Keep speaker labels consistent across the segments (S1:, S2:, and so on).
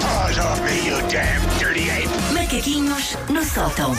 S1: Paws off me, you damn dirty ape!
S2: Macaquinhos no sótão.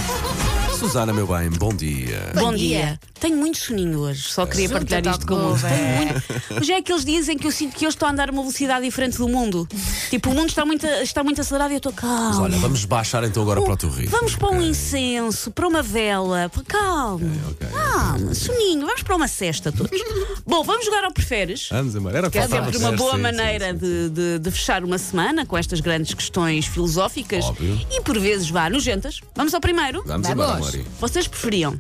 S3: Susana, meu bem, bom dia.
S4: Bom dia. Tenho muito soninho hoje, só queria partilhar
S5: tá
S4: isto com
S5: boa,
S4: o mundo. Tenho muito. Hoje é aqueles dias em que eu sinto que eu estou a andar a uma velocidade diferente do mundo. Tipo, o mundo está muito, está muito acelerado e eu estou
S3: Mas
S4: calmo.
S3: olha, vamos baixar então agora para o teu ritmo.
S4: Vamos para um
S3: Ok,
S4: incenso, para uma vela, para calmo.
S3: ok.
S4: Calma, soninho, vamos para uma cesta todos. Bom, vamos jogar ao preferes.
S3: Ah, Vamos embora. Era o que
S4: É
S3: faltava
S4: sempre uma
S3: ser,
S4: boa
S3: sim,
S4: maneira
S3: sim, sim.
S4: De, de- de fechar uma semana com estas grandes questões filosóficas
S3: Óbvio.
S4: e por vezes vá nojentas. Vamos ao primeiro.
S3: Vamos embora, Mori.
S4: Vocês preferiam,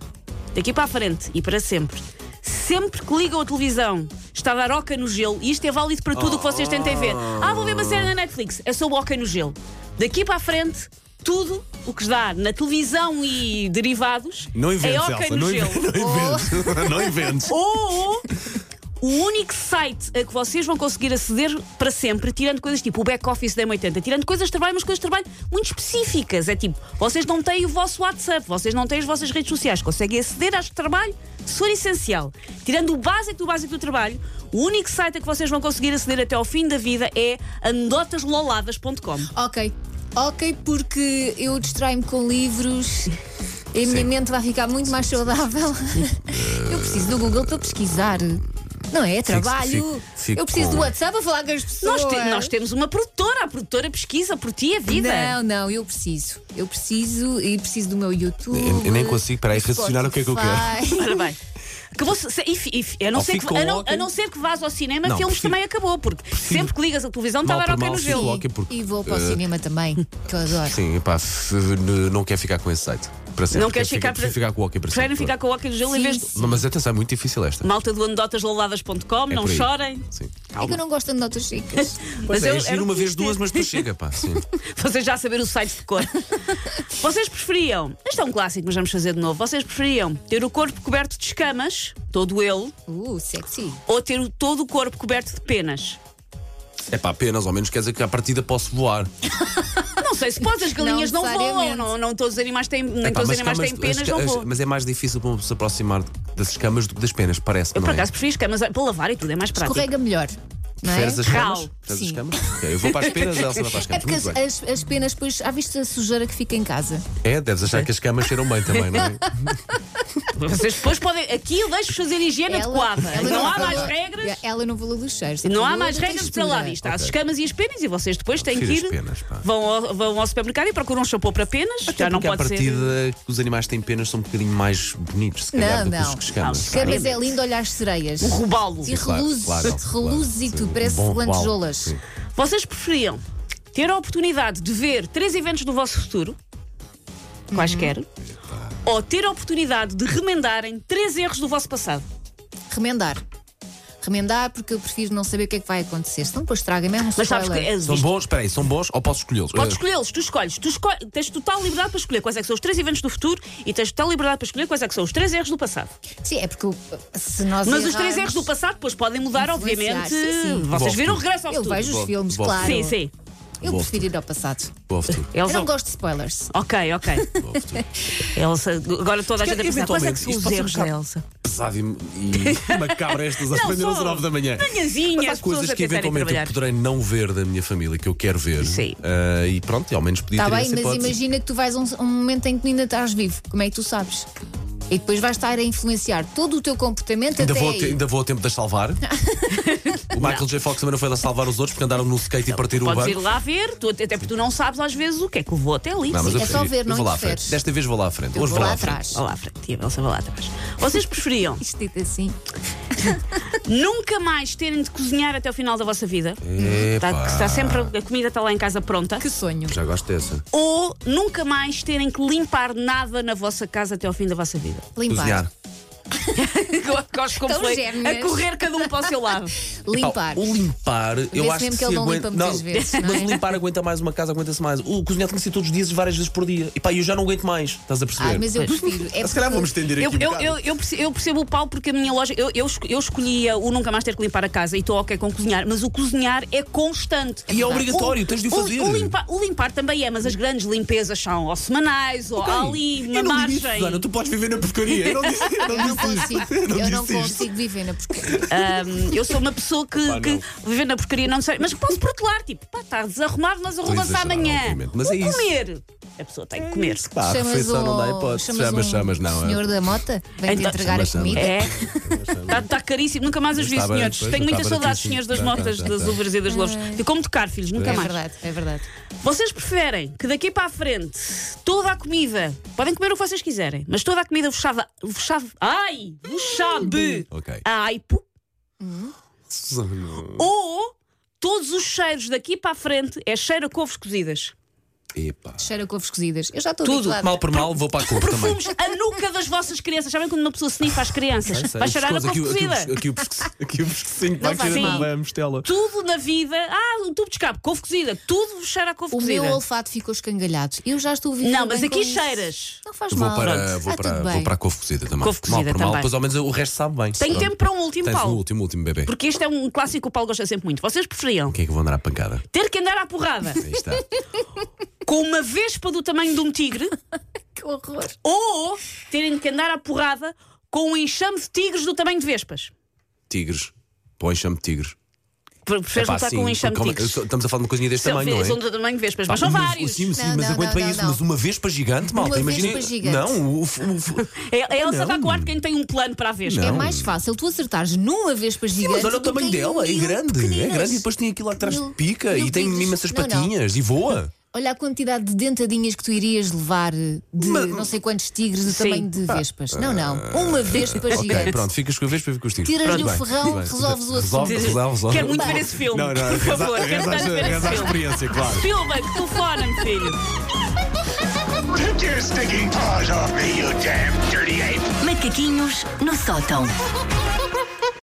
S4: daqui para a frente e para sempre, sempre que ligam a televisão, está a dar oca no gelo, e isto é válido para tudo o que vocês tentem ver. Ah, vou ver uma série na Netflix, é sobre oca no gelo. Daqui para a frente, tudo o que dá na televisão e derivados
S3: Não inventes,
S4: é oca
S3: Elsa,
S4: no
S3: não,
S4: gelo. Oh.
S3: inventes, não inventes. Não inventes.
S4: Ou o único site a que vocês vão conseguir aceder para sempre, tirando coisas tipo o back-office da M80, tirando coisas de trabalho, mas coisas de trabalho muito específicas. É tipo, vocês não têm o vosso WhatsApp, vocês não têm as vossas redes sociais, conseguem aceder às de trabalho se for essencial. Tirando o básico do básico do trabalho, o único site a que vocês vão conseguir aceder até ao fim da vida é anedotasloladas.com.
S5: Ok. Ok, porque eu distraio-me com livros e a minha mente vai ficar muito mais saudável. eu preciso do Google para pesquisar. Não é? É trabalho.
S3: fico- fico
S5: eu preciso
S3: com-
S5: do WhatsApp para falar com as pessoas.
S4: Nós, te- nós temos uma produtora, a produtora pesquisa por ti a vida.
S5: Não, não, eu preciso. Eu preciso e preciso do meu YouTube.
S3: Eu- eu nem consigo, peraí,
S5: do
S3: raciocinar o que é que eu quero.
S5: Spotify.
S4: Ora bem. Acabou se, se- e fi- e fi- a, não
S3: Ou
S4: ser que,
S3: fica
S4: a, não,
S3: oca-
S4: a não ser que vás ao cinema,
S3: Não,
S4: filmes
S3: prefiro-
S4: também acabou, porque sempre que ligas a televisão está a
S3: Mal
S4: dar
S3: por
S4: ok
S3: mal,
S4: no
S3: fico
S4: gelo.
S3: Ok, porque,
S5: E vou para o
S3: eh,
S5: cinema também, que eu adoro.
S3: Sim, pá, f- n- não quer ficar com esse site. Para sempre.
S4: Não queres
S3: Quer
S4: ficar
S3: prefiro
S4: para-
S3: ficar com o hockey para
S4: Preferem
S3: sempre.
S4: ficar com o ok no gelo em
S5: Sim,
S4: vez de.
S5: sim.
S3: Não, mas atenção, é muito difícil esta.
S4: Malta do anedotasloladas.com,
S3: É
S4: não
S3: por aí.
S4: chorem.
S3: Sim.
S5: É que eu não gosto de notas ricas.
S3: Mas é,
S4: eu-
S3: é giro
S4: era o
S3: uma
S4: que
S3: vez,
S4: quis
S3: duas,
S4: dizer.
S3: mas depois chega, pá. Sim.
S4: Vocês já saber o site de cor. Vocês preferiam. Este é um clássico, mas vamos fazer de novo. Vocês preferiam ter o corpo coberto de escamas, todo ele,
S5: Uh, sexy.
S4: ou ter o- todo o corpo coberto de penas?
S3: É pá, apenas, ao menos quer dizer que à partida posso voar.
S4: Não sei se podes, as galinhas não, voam,
S5: necessariamente.
S4: não, não todos os animais têm, nem
S3: É pá,
S4: todos
S3: mas
S4: os animais
S3: camas-
S4: têm penas,
S3: as-
S4: não
S3: as-
S4: voam.
S3: Mas é mais difícil para uma pessoa se aproximar das escamas do que das penas, parece-me.
S4: Eu por
S3: não é?
S4: acaso prefiro escamas para lavar e tudo, é mais prático.
S5: Escorrega melhor. Não é?
S3: Preferes as camas?
S4: Cal.
S3: Preferes as
S5: Sim.
S3: camas? Ok, eu vou para as penas, a Elsa vai para as
S5: É
S3: camas.
S5: porque as,
S3: Muito bem.
S5: as, as penas, pois, há visto a sujeira que fica em casa.
S3: É, deves achar que as camas cheiram bem também, não é?
S4: Vocês depois podem. Aqui eu deixo fazer higiene adequada. não há mais
S5: falou- É,
S4: regras.
S5: Ela não falou dos cheiros.
S4: Não há
S5: falou
S4: mais
S5: da
S4: regras para lá
S5: textura.
S4: vista. Há as escamas e as penas e vocês depois têm que
S3: prefiro
S4: ir.
S3: as penas, pá.
S4: vão, ao, vão ao supermercado e procuram um shampoo para penas. já não
S3: porque à
S4: pode ser.
S3: partida os animais que têm penas são um bocadinho mais bonitos, se calhar,
S5: Não,
S3: do que
S5: não.
S3: os que escamas.
S4: Não,
S3: sabe?
S5: Cabeça é lindo olhar as sereias.
S4: Um robalo.
S5: E
S3: Claro,
S5: reluzes.
S3: claro, claro.
S5: reluzes e tudo.
S3: Sim,
S5: Parece
S3: bom,
S5: lantejoulas.
S3: uau, sim.
S4: Vocês preferiam ter a oportunidade de ver três eventos do vosso futuro,
S5: Uhum.
S4: quaisquer, ou ter a oportunidade de remendarem três erros do vosso passado?
S5: Remendar. Remendar porque eu prefiro não saber o que é que vai acontecer. Senão depois estraga mesmo. um
S4: Mas sabes que.
S5: spoiler.
S4: eh,
S3: São bons, espera aí, são bons ou posso escolhê-los?
S4: Podes
S3: Eh,
S4: escolhê-los, tu escolhes, tu escolhes, tens total liberdade para escolher quais é que são os três eventos do futuro e tens total liberdade para escolher quais é que são os três erros do passado.
S5: Sim, é porque eu- se nós.
S4: Mas os três
S5: errarmos-
S4: erros do passado depois podem mudar,
S5: Influenciar,
S4: obviamente.
S5: sim, sim.
S4: Vocês
S3: Bom,
S4: viram o regresso ao
S5: Eu
S4: futuro.
S5: vejo os
S3: Bom,
S5: filmes,
S3: bom.
S5: claro.
S4: Sim, sim.
S5: Eu
S3: Bom.
S5: prefiro ir ao passado.
S3: Boa futuro.
S5: Eu não
S4: Elsa.
S5: gosto de spoilers.
S4: Ok, ok.
S3: Boa futuro.
S4: Elsa, agora toda a
S3: Porque
S4: gente a pensar quais é que
S3: eventualmente
S4: são
S3: isto
S4: os
S3: pode ser
S4: erros
S3: um
S4: da
S3: bocado-
S4: Elsa.
S3: Pesado e, e macabro estas às
S4: Não,
S3: primeiras
S4: só
S3: nove da manhã.
S4: manhãzinha,
S3: Mas há
S4: as pessoas
S3: coisas
S4: a
S3: que
S4: tentarem
S3: eventualmente eu
S4: trabalhar.
S3: poderei não ver da minha família que eu quero ver.
S4: Sim.
S3: Ah, e pronto, e ao menos podia
S5: Está
S3: ter
S5: Tá bem,
S3: essa
S5: mas
S3: hipótese.
S5: imagina que tu vais a um, a um momento em que ainda estás vivo. Como é que tu sabes? E depois vais estar a influenciar todo o teu comportamento
S3: Ainda
S5: até
S3: vou, a
S5: aí.
S3: te- ainda vou a tempo de as salvar. o Michael J. Fox também não foi lá salvar os outros porque andaram no skate e
S5: Então,
S3: partiram o
S4: Podes ir
S3: banco.
S4: lá ver, tu- até porque tu não sabes às vezes o que é que levou até ali.
S3: Não, mas
S5: Sim,
S3: eu
S5: é só
S3: prefiro-
S5: ver,
S3: eu
S5: não
S3: vou lá à
S5: interferes.
S3: frente. Desta vez vou lá à frente.
S5: Eu
S3: Hoje
S5: vou
S3: vou
S5: lá
S3: à frente.
S5: atrás.
S4: Vá lá à frente, e a Elsa vai lá atrás. Vocês preferiam
S5: Isto dito assim.
S4: nunca mais terem de cozinhar até o final da vossa
S3: É.
S4: vida?
S3: Epá.
S4: Está, Tá,
S5: Tá,
S4: está sempre, a comida está lá em casa pronta.
S5: Que sonho.
S3: Já gosto dessa.
S4: ou nunca mais terem que limpar nada na vossa casa até ao fim da vossa vida.
S5: Limpar.
S3: Cozinhar.
S4: Gosto como
S5: Tão
S4: foi
S5: gêmeas.
S4: a correr cada um para o seu lado.
S3: Pá,
S5: Limpar.
S3: o um limpar, eu
S5: Vê-se
S3: acho que
S5: mesmo que
S3: se
S5: ele não
S3: aguenta.
S5: limpa muitas vezes, não
S3: mas
S5: é?
S3: o limpar aguenta mais, uma casa aguenta-se mais. O cozinhar tem que ser todos os dias, várias vezes por dia. E pá, eu já não aguento mais, estás a perceber?
S5: Ah, mas eu prefiro. É
S3: Se calhar
S5: porque-
S3: vamos estender
S4: Eu,
S3: aqui. um
S4: eu,
S3: bocado.
S4: eu, eu perce- eu percebo o pau porque a minha loja. Eu, eu, esco- eu escolhia o nunca mais ter que limpar a casa e estou ok com cozinhar, mas o cozinhar é constante.
S3: E é obrigatório, tens de o fazer.
S4: O, limpar, o limpar também é, mas as grandes limpezas são ou semanais ou há ali
S3: Eu
S4: uma
S3: não limito,
S4: margem.
S3: Susana, tu podes viver na porcaria. Eu não disse, eu não disse
S5: consigo,
S3: não
S5: Ah, eu não
S3: disse isto.
S5: consigo viver na porcaria.
S4: Ahm, eu sou uma pessoa que,
S3: Pá,
S4: que
S3: não.
S4: vive na porcaria, não sei. Mas que posso protelar, tipo, pá, está desarrumado, mas arruma-se
S3: exagerar,
S4: amanhã.
S3: obviamente, mas
S4: Vou
S3: é isso. É
S4: comer. A pessoa tem que comer.
S3: Pá, a refeição não dá
S5: ao-
S3: hipótese.
S5: chamas
S3: Chamas,
S5: um
S3: chamas, não. é?
S5: senhor da mota, vem-te
S4: Então-
S5: entregar
S3: Chamas,
S5: a comida.
S4: É. Está caríssimo, nunca mais os vi,
S3: Está bem,
S4: senhores.
S3: pois,
S4: Tenho
S3: está
S4: muitas saudades,
S3: baratíssimo.
S4: senhores das
S3: Tá, tá,
S4: motas,
S3: tá,
S4: das
S3: tá.
S4: uvas e das loves. Ficou como tocar, filhos, nunca
S5: É
S4: mais.
S5: verdade, é verdade.
S4: Vocês preferem que daqui para a frente toda a comida. Podem comer o que vocês quiserem, mas toda a comida vos chave. Vos chave ai! Vos chave!
S3: Ok.
S4: A aipo.
S3: Susana.
S4: Ou todos os cheiros daqui para a frente é cheiro a couves cozidas.
S3: Epá.
S5: Cheira a couves cozidas. Eu já estou
S3: Tudo,
S5: habituada.
S3: mal por mal, vou para a cor também.
S4: Perfumes, a nuca das vossas crianças. Sabem quando uma pessoa se às crianças?
S3: Sei, sei,
S4: Vai cheirar a
S3: pescoço,
S4: couve
S3: aqui o- aqui o
S4: cozida.
S3: pesco- Aqui o pesco- aqui o pescocinho vai
S5: faz
S3: querer
S4: mal.
S3: também a mostela.
S4: Tudo na vida. Ah, um tubo de escape, couve cozida. Tudo vos cheira a couve
S5: O
S4: cozida.
S5: meu olfato ficou escangalhado. Eu já estou a viver
S4: Não, mas
S5: bem com
S4: aqui
S5: isso.
S4: cheiras.
S5: Não faz
S3: Eu
S5: mal.
S3: Vou para,
S5: Pronto.
S3: vou,
S5: Ah,
S3: para,
S5: tudo
S3: vou
S5: bem.
S3: para a couve cozida também.
S4: Couve
S3: mal
S4: cozida
S3: por mal,
S4: também.
S3: depois ao menos o resto sabe bem.
S4: Tenho tempo para um último,
S3: Tens o
S4: Paulo.
S3: último, último bebê.
S4: Porque este é um clássico que o Paulo gosta sempre muito. Vocês preferiam
S3: Quem é que eu vou andar à pancada?
S4: ter que andar à porrada
S3: Aí está.
S4: com uma vespa do tamanho de um tigre
S5: Que horror.
S4: ou terem que andar à porrada com um enxame de tigres do tamanho de vespas?
S3: Tigres. Põe chame tigres.
S4: Pre- Preferes
S3: Epá,
S4: lutar
S3: sim,
S4: com um enxame de
S3: como-
S4: tigres?
S3: Estamos a falar de uma coisinha deste
S4: São,
S3: tamanho, não é?
S4: são do tamanho de vespas, mas
S3: Pá,
S4: são vários.
S3: Sim, sim,
S5: Não,
S3: mas
S5: não,
S3: aguento
S5: não,
S3: bem isso.
S5: não.
S3: Mas uma vespa gigante, malta,
S5: Uma
S3: imagina.
S5: vespa gigante.
S3: Não, o. o- o-
S4: É- é Elsa
S3: Não.
S4: vai coar de quem tem um plano para a vespa.
S5: É
S3: Não.
S5: mais fácil tu acertares numa vez para gigante.
S3: Mas olha o
S5: do que
S3: tamanho
S5: em
S3: dela, é
S5: mil
S3: grande. É
S5: pequeninas.
S3: grande e depois tem aquilo lá atrás
S5: Mil-
S3: pica
S5: mil
S3: e tem
S5: tigres.
S3: imensas
S5: Não, não.
S3: patinhas e voa.
S5: Olha a quantidade de dentadinhas que tu irias levar de
S3: Mas-
S5: não sei quantos tigres do
S4: Sim.
S5: tamanho de vespas. Não, não. Uma vespa
S3: Ah. Ok,
S5: gigante.
S3: pronto, ficas com a vespa e fico com os tigres.
S5: Tiras-lhe
S3: Pronto,
S5: o
S3: bem,
S5: ferrão,
S3: bem.
S5: resolves o
S3: Resolve,
S5: assunto.
S3: resolve, resolve.
S4: Quero muito ver esse filme. Por favor, quero tanto ver esse filme.
S3: experiência, claro.
S4: Spielberg, telefona-me, filho.
S1: Take your stinking paws off me, you damn dirty ape!
S2: Macaquinhos no sótão.